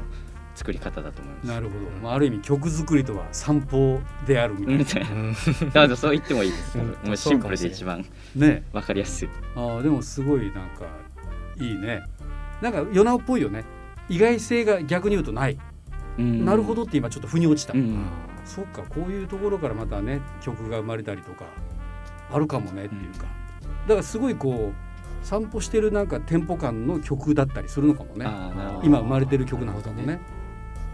[SPEAKER 3] 作り方だと思います。
[SPEAKER 2] なるほど、まあ、ある意味曲作りとは散歩であるみたいな
[SPEAKER 3] みたいな
[SPEAKER 4] うん
[SPEAKER 3] だからそう言ってもいいです。
[SPEAKER 4] うん
[SPEAKER 3] もうシンプルで一番
[SPEAKER 2] ね
[SPEAKER 3] わかりやすい。
[SPEAKER 2] ああでもすごいなんかいいねなんかヨナオっぽいよね意外性が逆に言うとない、なるほどって今ちょっと腑に落ちた、
[SPEAKER 3] うん。
[SPEAKER 2] そっかこういうところからまたね曲が生まれたりとかあるかもねっていうか、だからすごいこう散歩してるなんかテンポ感の曲だったりするのかもね
[SPEAKER 3] ああなるほど。
[SPEAKER 2] 今生まれてる曲なんかもね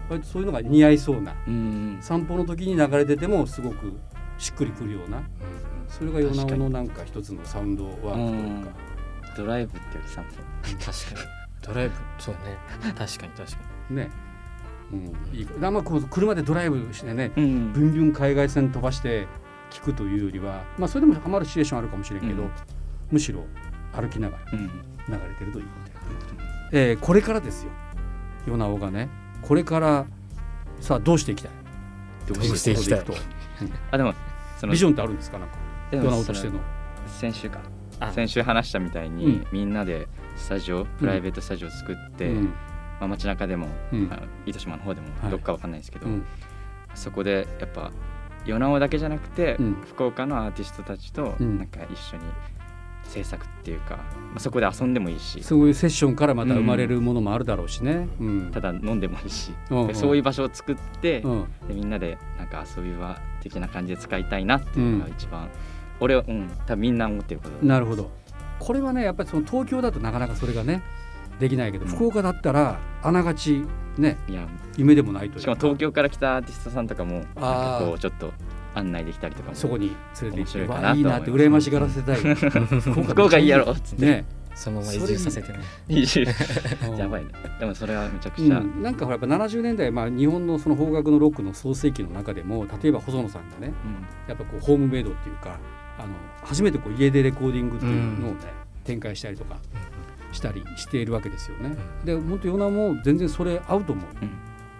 [SPEAKER 2] 割とそういうのが似合いそうな
[SPEAKER 3] うんうん。
[SPEAKER 2] 散歩の時に流れててもすごくしっくりくるようなそれがヨナオのなんか一つのサウンドワークというか。
[SPEAKER 3] ドライブってより散歩。
[SPEAKER 4] 確かにドライブそうね確かに確か
[SPEAKER 2] ね、うん、いいあんまこう車でドライブしてね
[SPEAKER 3] うん
[SPEAKER 2] ビュンビュン海外線飛ばして聞くというよりは、まあ、それでもハマるシチュエーションあるかもしれんけど、
[SPEAKER 3] うん
[SPEAKER 2] むしろ歩きながら
[SPEAKER 3] うん。
[SPEAKER 2] 流れてるということで、えーこれからですよヨナオがねこれからさあどうしていきたい
[SPEAKER 4] どうしていきたい
[SPEAKER 2] と
[SPEAKER 3] あでもその
[SPEAKER 2] ビジョンってあるんですかなんか
[SPEAKER 3] で
[SPEAKER 2] ヨ
[SPEAKER 3] も
[SPEAKER 2] ナオとしての。
[SPEAKER 3] 先週か
[SPEAKER 4] あ
[SPEAKER 3] 先週話したみたいに、
[SPEAKER 2] うん
[SPEAKER 3] みんなでスタジオプライベートスタジオを作って、
[SPEAKER 2] うん
[SPEAKER 3] まあ、街中でも、
[SPEAKER 2] うん
[SPEAKER 3] あの糸島の方でも、
[SPEAKER 2] はい
[SPEAKER 3] どっかわかんないですけど、
[SPEAKER 2] うん
[SPEAKER 3] そこでやっぱ米子だけじゃなくて、
[SPEAKER 2] うん
[SPEAKER 3] 福岡のアーティストたちと
[SPEAKER 2] うん
[SPEAKER 3] なんか一緒に制作っていうか、まあ、そこで遊んでもいいし
[SPEAKER 2] そういうセッションからまた生まれるものもあるだろうしね。うん
[SPEAKER 3] ただ飲んでもいいし、
[SPEAKER 2] うんうん
[SPEAKER 3] そういう場所を作って、
[SPEAKER 2] うん
[SPEAKER 3] でみんなでなんか遊び場的な感じで使いたいなっていうのが一番、俺はうん多分みんな思ってることだ
[SPEAKER 2] なるほどこれはねやっぱりその東京だとなかなかそれがねできないけど、
[SPEAKER 3] うん
[SPEAKER 2] 福岡だったらあながちね
[SPEAKER 3] いや
[SPEAKER 2] 夢でもないという
[SPEAKER 3] しかも東京から来たアーティストさんとかもなん
[SPEAKER 2] あー
[SPEAKER 3] かこうちょっと案内できたりとかも
[SPEAKER 2] そこに連れて行って
[SPEAKER 3] 面白いかなと
[SPEAKER 2] わ
[SPEAKER 3] 思います
[SPEAKER 2] あいいなって羨ましがらせたい
[SPEAKER 3] 福岡いいやろっつって
[SPEAKER 2] ね
[SPEAKER 4] そのまま移住させてね
[SPEAKER 3] いいし
[SPEAKER 2] うん
[SPEAKER 3] やばいねでもそれはめちゃく
[SPEAKER 2] う
[SPEAKER 3] ちゃ、
[SPEAKER 2] ん、なんかほらやっぱ70年代、まあ、日本のその邦楽のロックの創世期の中でも例えば細野さんがね
[SPEAKER 3] うん
[SPEAKER 2] やっぱこうホームメイドっていうかあの初めてこう家でレコーディングっていうのをね、展開したりとかしたりしているわけですよね。で本当ヨナも全然それ合うと思う、
[SPEAKER 3] うん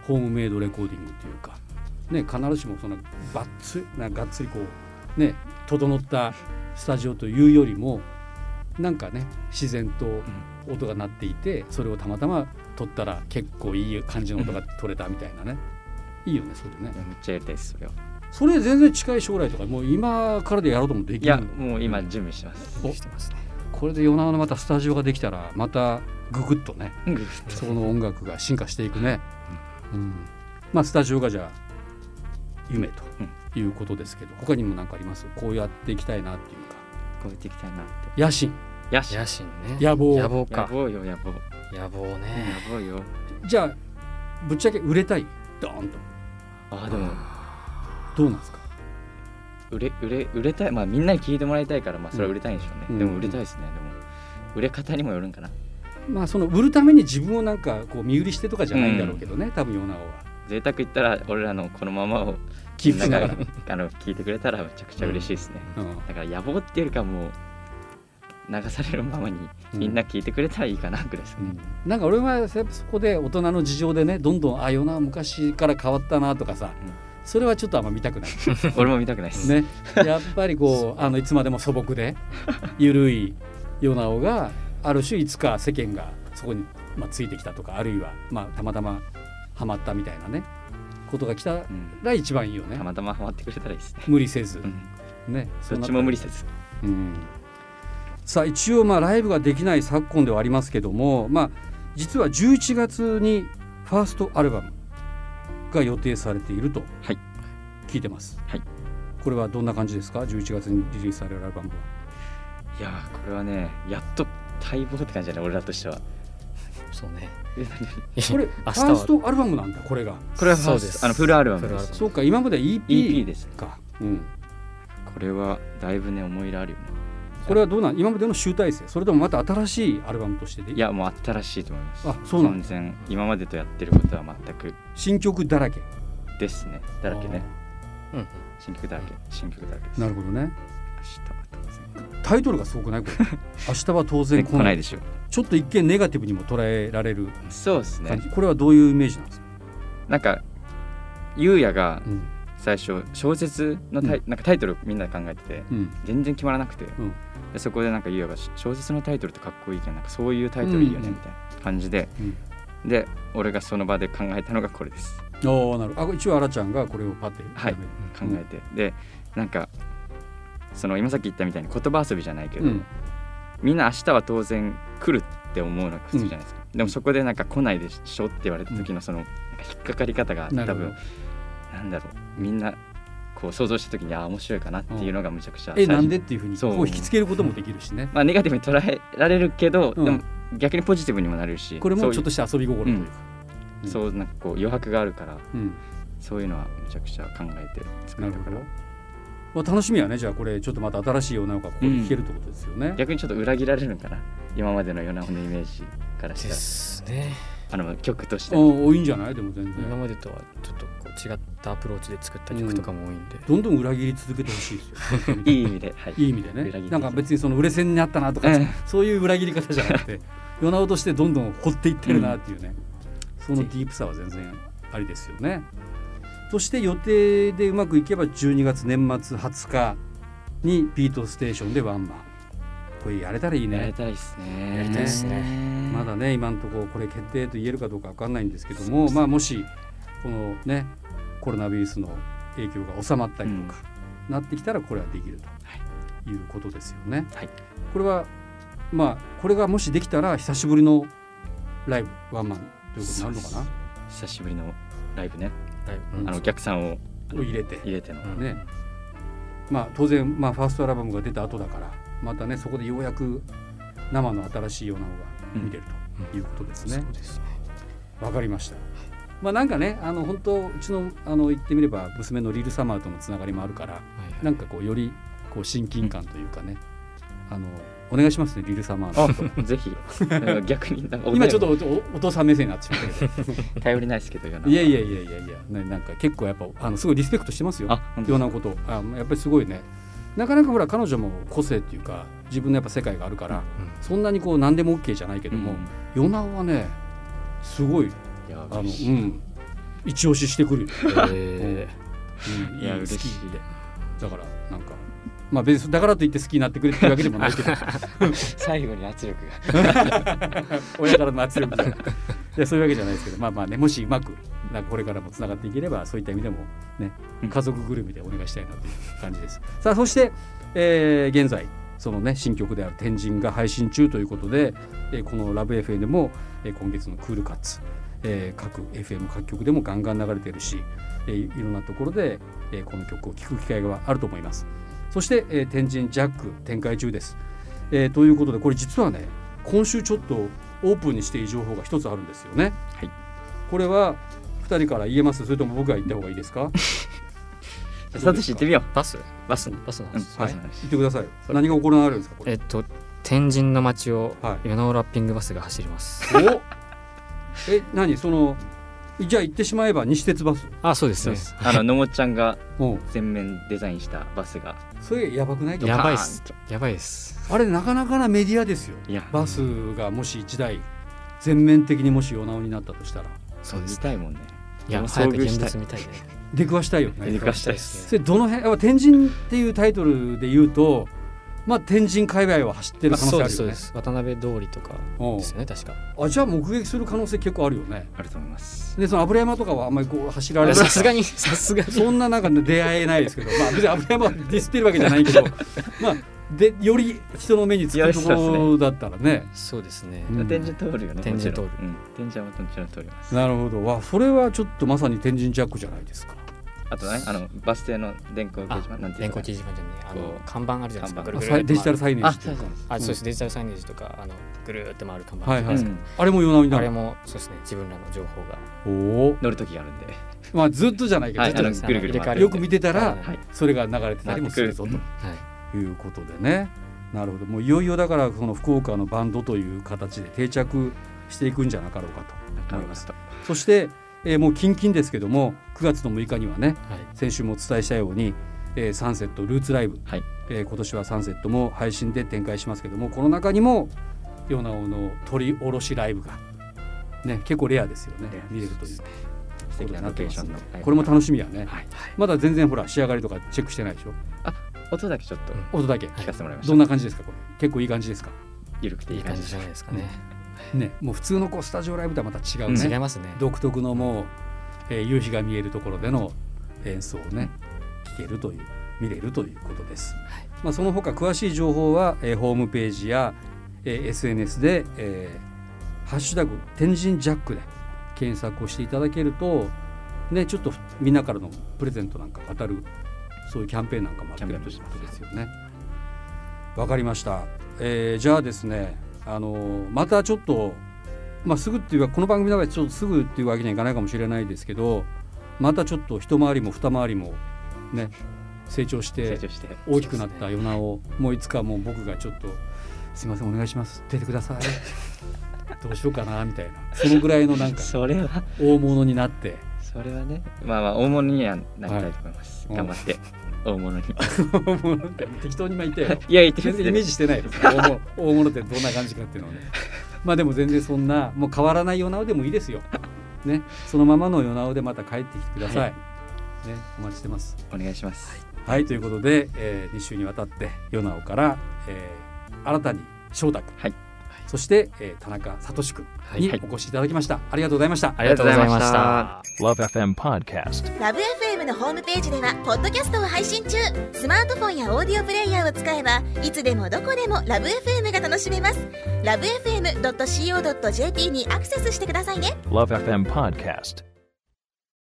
[SPEAKER 2] ホームメイドレコーディングっていうか、ね、必ずしもそのバッツなんかがっつりこうね整ったスタジオというよりもなんかね自然と音が鳴っていてそれをたまたま撮ったら結構いい感じの音が撮れたみたいなねいいよねそれね
[SPEAKER 3] い。やめっちゃやりたいですそれは
[SPEAKER 2] それ全然近い将来とかもう今からでやろうともで
[SPEAKER 3] い
[SPEAKER 2] き
[SPEAKER 3] や
[SPEAKER 2] る
[SPEAKER 3] もう今準備してます
[SPEAKER 2] お
[SPEAKER 4] してますね
[SPEAKER 2] これで夜なのまたスタジオができたらまたググッとね
[SPEAKER 3] うん
[SPEAKER 2] そこの音楽が進化していくね、うん、まあスタジオがじゃあ夢ということですけど他にも何かありますこうやっていきたいなっていうか
[SPEAKER 3] こうやっていきたいなって
[SPEAKER 2] 野心
[SPEAKER 3] やし
[SPEAKER 4] 野心ね
[SPEAKER 2] 野望
[SPEAKER 4] 野望
[SPEAKER 3] や
[SPEAKER 4] か
[SPEAKER 3] ぼうよやぼう
[SPEAKER 4] 野望
[SPEAKER 3] や
[SPEAKER 4] ね
[SPEAKER 3] ぼうよ
[SPEAKER 2] じゃあぶっちゃけ売れたいドーンと
[SPEAKER 3] あーでも
[SPEAKER 2] どうなんですか
[SPEAKER 3] 売れ売れ売れたいまあみんなに聞いてもらいたいからまあそれは売れたいんでしょうね、
[SPEAKER 2] うん
[SPEAKER 3] でも売れたいですねでも売れ方にもよるんかな
[SPEAKER 2] まあその売るために自分をなんかこう身売りしてとかじゃないんだろうけどね、多分ヨナオは
[SPEAKER 3] 贅沢言ったら俺らのこのままを
[SPEAKER 2] キープしながら
[SPEAKER 3] みんながあの聞いてくれたらめちゃくちゃ嬉しいですね、
[SPEAKER 2] うん
[SPEAKER 3] だから野望っていうよりかもう流されるままに
[SPEAKER 2] うん
[SPEAKER 3] みんな聞いてくれたらいいかなぐらいです、
[SPEAKER 2] なんか俺はやっぱそこで大人の事情でねどんどんあよな昔から変わったなとかさ、
[SPEAKER 3] うん
[SPEAKER 2] それはちょっとあんま見たく ない
[SPEAKER 3] 俺も見たくないです、
[SPEAKER 2] ねやっぱりこうあのいつまでも素朴で緩いよなおがある種いつか世間がそこに、まあ、ついてきたとかあるいは、まあ、たまたまハマったみたいなねことが来た
[SPEAKER 3] うん、
[SPEAKER 2] ら一番いいよね
[SPEAKER 3] たまたまハマってくれたらいいですね、
[SPEAKER 2] 無理せず
[SPEAKER 3] う、ん、
[SPEAKER 2] ね
[SPEAKER 3] どっちも無理せ
[SPEAKER 2] ず
[SPEAKER 3] ず
[SPEAKER 2] うんさあ一応まあライブができない昨今ではありますけども、まあ、実は11月にファーストアルバムが予定されていると
[SPEAKER 3] はい
[SPEAKER 2] 聞いてます、
[SPEAKER 3] はい
[SPEAKER 2] これはどんな感じですか11月にリリースされるアルバムはい
[SPEAKER 3] やーこれはねやっと待望って感じだね俺らとしては
[SPEAKER 4] そうね
[SPEAKER 2] これ
[SPEAKER 4] 明
[SPEAKER 2] フ
[SPEAKER 4] 日は
[SPEAKER 2] ァーストアルバムなんだこれが
[SPEAKER 3] これは
[SPEAKER 4] そうです
[SPEAKER 3] あのフルアルバムです
[SPEAKER 4] フルアルバム
[SPEAKER 2] そうか今までは
[SPEAKER 3] EP
[SPEAKER 2] EP
[SPEAKER 3] です
[SPEAKER 2] か、うん、
[SPEAKER 3] ここれはだいぶね思い入れあるよね
[SPEAKER 2] これはどうなん今までの集大成それともまた新しいアルバムとしてで
[SPEAKER 3] いやもう新しいと思います
[SPEAKER 2] あそうなん
[SPEAKER 3] 全
[SPEAKER 2] だ
[SPEAKER 3] 然今までとやってることは全く
[SPEAKER 2] 新曲だらけ
[SPEAKER 3] ですねだらけね
[SPEAKER 4] うんうん
[SPEAKER 3] 新曲だらけ新曲だらけで
[SPEAKER 2] あ
[SPEAKER 3] す
[SPEAKER 2] ーなるほどね
[SPEAKER 3] 明日は当然
[SPEAKER 2] タイトルがすごく ないこれ明日は当然
[SPEAKER 3] ね
[SPEAKER 2] 来
[SPEAKER 3] 来
[SPEAKER 2] ない
[SPEAKER 3] ないでしょ
[SPEAKER 2] ちょっと一見ネガティブにも捉えられる
[SPEAKER 3] そうですね
[SPEAKER 2] 感じ、これはどういうイメージなんですか、
[SPEAKER 3] なんかゆうやが
[SPEAKER 2] うん
[SPEAKER 3] 最初小説のタイ,、なんかタイトルみんなで考えてて
[SPEAKER 2] うん
[SPEAKER 3] 全然決まらなくて、
[SPEAKER 2] ん
[SPEAKER 3] でそこでなんかゆうやが小説のタイトルってかっこいいけどなんかそういうタイトルいいよね
[SPEAKER 2] うん
[SPEAKER 3] みたいな感じで、で俺がその場で考えたのがこれです
[SPEAKER 2] ああなるあ一応あらちゃんがこれをパッて
[SPEAKER 3] はい考えて、でなんかその今さっき言ったみたいに言葉遊びじゃないけ
[SPEAKER 2] て
[SPEAKER 3] ど、
[SPEAKER 2] うん
[SPEAKER 3] みんな明日は当然来るって思うのが普通じゃないですか、でもそこでなんか来ないでしょって言われた時のそのなんか引っかかり方が
[SPEAKER 2] な
[SPEAKER 3] 多
[SPEAKER 2] るほど
[SPEAKER 3] 分なんだろうみんなこう想像した時にああ面白いかなっていうのがむちゃくちゃ
[SPEAKER 2] え
[SPEAKER 3] 最初
[SPEAKER 2] なんでっていうふうに
[SPEAKER 3] そう
[SPEAKER 2] こう引きつけることもできるしね
[SPEAKER 3] まあネガティブに捉えられるけど、
[SPEAKER 2] うん
[SPEAKER 3] でも逆にポジティブにもなれるし
[SPEAKER 2] これもちょっと
[SPEAKER 3] そ
[SPEAKER 2] した遊び心というか
[SPEAKER 3] ういうそうなんかこう余白があるから
[SPEAKER 2] うん、
[SPEAKER 3] そういうのはむちゃくちゃ考えて作
[SPEAKER 2] な
[SPEAKER 3] っ
[SPEAKER 2] る
[SPEAKER 3] た
[SPEAKER 2] ほ
[SPEAKER 3] か
[SPEAKER 2] ど
[SPEAKER 3] ら、
[SPEAKER 2] まあ、楽しみはねじゃあこれちょっとまた新しい女の子がここで弾けるってことですよね、
[SPEAKER 3] 逆にちょっと裏切られるのかな今までのヨナホのイメージからし
[SPEAKER 4] で
[SPEAKER 3] たら
[SPEAKER 4] すね
[SPEAKER 3] あの曲として
[SPEAKER 2] ああいいんじゃないでも全
[SPEAKER 4] 今
[SPEAKER 2] 然
[SPEAKER 4] までとはちょっとこう違ったアプローチで作った曲とかも多いんで、
[SPEAKER 2] どんどん裏切り続けてほしいですよ
[SPEAKER 3] いい意味ではい
[SPEAKER 2] いい意味で
[SPEAKER 3] 裏切り
[SPEAKER 2] ね
[SPEAKER 3] 続け
[SPEAKER 2] なんか別にその売れ線になったなとか、
[SPEAKER 3] うん
[SPEAKER 2] そういう裏切り方じゃなくて世直としてどんどん掘っていってるなっていうね、そのディープさは全然ありですよねそして予定でうまくいけば12月年末20日に「ビートステーション」でワンマンこれやれたらいい
[SPEAKER 3] やり
[SPEAKER 2] ね
[SPEAKER 3] たいですね
[SPEAKER 2] やりたいっす
[SPEAKER 4] ね
[SPEAKER 2] まだね今のところこれ決定と言えるかどうかわかんないんですけども、まあもしこのねコロナウイルスの影響が収まったりとか、なってきたらこれはできると、い、うことですよね。
[SPEAKER 3] はい
[SPEAKER 2] これはまあこれがもしできたら久しぶりのライブワンマンということになるのかな
[SPEAKER 3] 久しぶりのライブね
[SPEAKER 4] だいぶ
[SPEAKER 3] あのお客さんを
[SPEAKER 2] を入れて、
[SPEAKER 3] 入れての
[SPEAKER 4] うん
[SPEAKER 2] ねまあ、当然、まあ、ファーストアルバムが出た後だからまたねそこでようやく生の新しいようなのが見れるということですね。
[SPEAKER 4] そうですね
[SPEAKER 2] わかりました。まあなんかね、あの本当うちのあの言ってみれば娘のリルサマーとのつながりもあるから、
[SPEAKER 4] はいはい
[SPEAKER 2] なんかこうよりこう親近感というかね、あのお願いしますねリルサマーの。
[SPEAKER 3] あぜひうん逆になんか
[SPEAKER 2] 今ちょっとおおお父さん目線になってしまったけ
[SPEAKER 3] 頼りないですけどヨナ
[SPEAKER 2] ど、いやいやいやいやいや、ね、なんか結構やっぱあのすごいリスペクトしてますよ。
[SPEAKER 3] あ本
[SPEAKER 2] よ
[SPEAKER 3] 当
[SPEAKER 2] うなことあやっぱりすごいねなかなかほら彼女も個性っていうか自分のやっぱ世界があるから、
[SPEAKER 4] うん
[SPEAKER 2] そんなにこう何でも OK じゃないけども、ヨナはねすごい
[SPEAKER 3] いや
[SPEAKER 2] あの、う
[SPEAKER 3] 嬉しい
[SPEAKER 2] ん、一押ししてくるよ、
[SPEAKER 4] え
[SPEAKER 2] うん、
[SPEAKER 3] いや
[SPEAKER 2] 好き
[SPEAKER 3] 嬉しい
[SPEAKER 2] でだからなんかまあ別にだからといって好きになってくれっていうわけでもないけど
[SPEAKER 3] 最後に圧力が
[SPEAKER 2] 親からの圧力でいやそういうわけじゃないですけどまあまあねもしうまくなんかこれからもつながっていければそういった意味でもね
[SPEAKER 3] うん
[SPEAKER 2] 家族ぐるみでお願いしたいなという感じですさあそして、えー現在そのね新曲である「天神」が配信中ということで、えーこの「ラブ f m でも、えー今月の「クールカッツ」えー各 FM 各局でもガンガン流れてるし、えーいろんなところで、えーこの曲を聴く機会があると思いますそして、えー天神ジャック展開中です、えーということでこれ実はね今週ちょっとオープンにしていい情報が一つあるんですよね
[SPEAKER 3] はい
[SPEAKER 2] これは2人から言えますそれとも僕が言った方がいいですか
[SPEAKER 3] じゃあサトシ行ってみよう
[SPEAKER 4] バス
[SPEAKER 3] バスの
[SPEAKER 4] バスの
[SPEAKER 3] うん
[SPEAKER 4] 話、
[SPEAKER 2] はい
[SPEAKER 3] そ
[SPEAKER 2] 言
[SPEAKER 3] うなんです
[SPEAKER 2] ってください何が行われるんですかこ
[SPEAKER 4] え
[SPEAKER 2] れ
[SPEAKER 4] っと天神の街を
[SPEAKER 2] は
[SPEAKER 4] 夜のラッピングバスが走ります
[SPEAKER 2] いお え何そのじゃあ行ってしまえば西鉄バス
[SPEAKER 4] あそうです
[SPEAKER 3] そう
[SPEAKER 4] ね
[SPEAKER 3] ですあののもちゃんが
[SPEAKER 2] うん
[SPEAKER 3] 全面デザインしたバスが
[SPEAKER 2] それやばくない
[SPEAKER 4] やばいっすやばいです
[SPEAKER 2] あれなかなかなメディアですよ
[SPEAKER 3] いや
[SPEAKER 2] バスがもし一台全面的にもし世直になったとしたら
[SPEAKER 4] そうで
[SPEAKER 3] 見
[SPEAKER 4] す
[SPEAKER 3] たいもんね
[SPEAKER 4] いや
[SPEAKER 3] もう
[SPEAKER 4] 早く
[SPEAKER 3] 遭遇
[SPEAKER 4] 現
[SPEAKER 3] したい
[SPEAKER 4] 物見たいね
[SPEAKER 2] 出くわしたいよね
[SPEAKER 3] 出くわしたいです
[SPEAKER 2] それどの辺あ天神っていうタイトルで言うとまあ天神界隈は走ってる可能性あ
[SPEAKER 4] そうで
[SPEAKER 2] る
[SPEAKER 4] すそ
[SPEAKER 2] よ
[SPEAKER 4] う
[SPEAKER 2] ね
[SPEAKER 4] です渡辺通りとか
[SPEAKER 2] うん
[SPEAKER 4] ですよね確か
[SPEAKER 2] あじゃあ目撃する可能性結構あるよね
[SPEAKER 3] あると思います
[SPEAKER 2] でその油山とかはあんまりこう走られない
[SPEAKER 4] さすがにさすがに
[SPEAKER 2] そんななんか出会えないですけど、まあ、別に油山をディスってるわけじゃないけど、 まあ、でより人の目につくところだったらね。
[SPEAKER 4] そうですね
[SPEAKER 2] うん
[SPEAKER 3] 天神通るよね
[SPEAKER 4] 天神通る
[SPEAKER 3] もちろんうん天神はもちろん通ります
[SPEAKER 2] なるほどわそれはちょっとまさに天神ジャックじゃないですか。
[SPEAKER 3] あとねあのバス停の電光掲
[SPEAKER 4] あ
[SPEAKER 3] 示板なんてい
[SPEAKER 4] 電
[SPEAKER 3] うの
[SPEAKER 4] 光掲示板じゃねえあ
[SPEAKER 3] こ
[SPEAKER 4] の
[SPEAKER 3] う
[SPEAKER 4] 看板あるじゃないで
[SPEAKER 3] 看
[SPEAKER 4] すか
[SPEAKER 3] 板
[SPEAKER 4] ぐる
[SPEAKER 2] あ
[SPEAKER 4] ぐる
[SPEAKER 2] さ
[SPEAKER 4] っ
[SPEAKER 2] いデ
[SPEAKER 4] て
[SPEAKER 2] ジタル
[SPEAKER 4] 回
[SPEAKER 2] サイネージという
[SPEAKER 3] あ
[SPEAKER 2] か
[SPEAKER 3] そうそう
[SPEAKER 4] るあそうですデジタルサイネージとかあのぐるーって回る看板
[SPEAKER 2] はい
[SPEAKER 4] じゃ
[SPEAKER 2] は
[SPEAKER 4] ないい
[SPEAKER 3] うん
[SPEAKER 4] ですか
[SPEAKER 2] あれもよなみな
[SPEAKER 4] あれもそうですね自分らの情報が
[SPEAKER 2] おお
[SPEAKER 3] 乗る時があるんで
[SPEAKER 2] まあずっとじゃないけど、
[SPEAKER 3] はい
[SPEAKER 2] ずっと
[SPEAKER 3] あのぐるぐる
[SPEAKER 2] よく見てたら
[SPEAKER 4] はい
[SPEAKER 3] はい
[SPEAKER 2] それが流れてたりもするぞ
[SPEAKER 3] 回って
[SPEAKER 2] ということでねなるほどもういよいよだからその福岡のバンドという形で定着していくんじゃなかろうかと
[SPEAKER 3] あ
[SPEAKER 2] 思い
[SPEAKER 3] り
[SPEAKER 2] ま
[SPEAKER 3] ますすと
[SPEAKER 2] そして、えーもう近々ですけども9月の6日にはね
[SPEAKER 4] はい
[SPEAKER 2] 先週もお伝えしたように、えーサンセットルーツライブ、
[SPEAKER 3] はい
[SPEAKER 2] えー今年はサンセットも配信で展開しますけどもこの中にもヨナオの取り下ろしライブが、ね、結構レアですよね
[SPEAKER 3] レアです
[SPEAKER 2] 見れるという
[SPEAKER 3] 素敵なロケーションの
[SPEAKER 2] はいこれも楽しみやね、
[SPEAKER 3] はい
[SPEAKER 2] まだ全然ほら仕上がりとかチェックしてないでしょ
[SPEAKER 3] 音だけちょっと
[SPEAKER 2] 音だけ、
[SPEAKER 3] 聞かせてもらいまし
[SPEAKER 2] ど
[SPEAKER 3] た
[SPEAKER 2] んな感じですかこれ結構いい感じですか
[SPEAKER 3] ゆるくて
[SPEAKER 4] い
[SPEAKER 3] い
[SPEAKER 4] い
[SPEAKER 3] い
[SPEAKER 4] 感
[SPEAKER 3] 感
[SPEAKER 4] じ
[SPEAKER 3] じ
[SPEAKER 4] じゃないですかね
[SPEAKER 2] ねもう普通のこうスタジオライブとはまた違うね、
[SPEAKER 4] 違いますね
[SPEAKER 2] 独特のもう、えー夕日が見えるところでの演奏をね聴けるという見れるということです、
[SPEAKER 4] はい
[SPEAKER 2] まあ、その他詳しい情報は、えーホームページや、えー SNS で、えーハッシュタグ天神ジャック」で検索をしていただけるとねちょっとみんなからのプレゼントなんか当たるそういうキャンペーンなんかもあってる
[SPEAKER 3] キ
[SPEAKER 2] と
[SPEAKER 3] ャ
[SPEAKER 2] いう
[SPEAKER 3] ンペ
[SPEAKER 2] こ
[SPEAKER 3] ーンも
[SPEAKER 2] とですよね。わかりました、えーじゃあですねあのーまたちょっとまあ、すぐっていうかこの番組の中でちょっとすぐっていうわけにはいかないかもしれないですけどまたちょっと一回りも二回りもね成長して
[SPEAKER 3] 成長して
[SPEAKER 2] 大きくなったヨナをもういつかもう僕がちょっと「すいませんお願いします出てください」どうしようかなみたいなそのぐらいのなんか
[SPEAKER 3] それは
[SPEAKER 2] 大物になって
[SPEAKER 3] それはねまあまあ大物にはなりたいと思います、
[SPEAKER 2] はい
[SPEAKER 3] 頑張って大物に
[SPEAKER 2] 大物って適当に今言ったよ
[SPEAKER 3] いや言ってま
[SPEAKER 2] 全
[SPEAKER 3] す
[SPEAKER 2] 然イメージしてないよ大物大物ってどんな感じかっていうのはねまあでも全然そんなもう変わらないヨナオでもいいですよねそのままのヨナオでまた帰ってきてください、
[SPEAKER 3] は
[SPEAKER 2] ねお待ちしてます
[SPEAKER 3] お願いします、
[SPEAKER 2] はいということで、え2週にわたってヨナオから、えー新たに翔太君、
[SPEAKER 3] はい
[SPEAKER 2] そして、えー田中聡君
[SPEAKER 4] は
[SPEAKER 2] に
[SPEAKER 4] い
[SPEAKER 2] お越しいただきました、ありがとうございました
[SPEAKER 4] ありがとうございまし
[SPEAKER 3] ありがとうございました
[SPEAKER 4] た
[SPEAKER 5] ラブ f m ポッドキャスト
[SPEAKER 6] ラブ f m のホームページではポッドキャストを配信中スマートフォンやオーディオプレイヤーを使えばいつでもどこでもラブ f m が楽しめますラブ FM.co.jp にアクセスしてくださいね
[SPEAKER 5] Love FM Podcast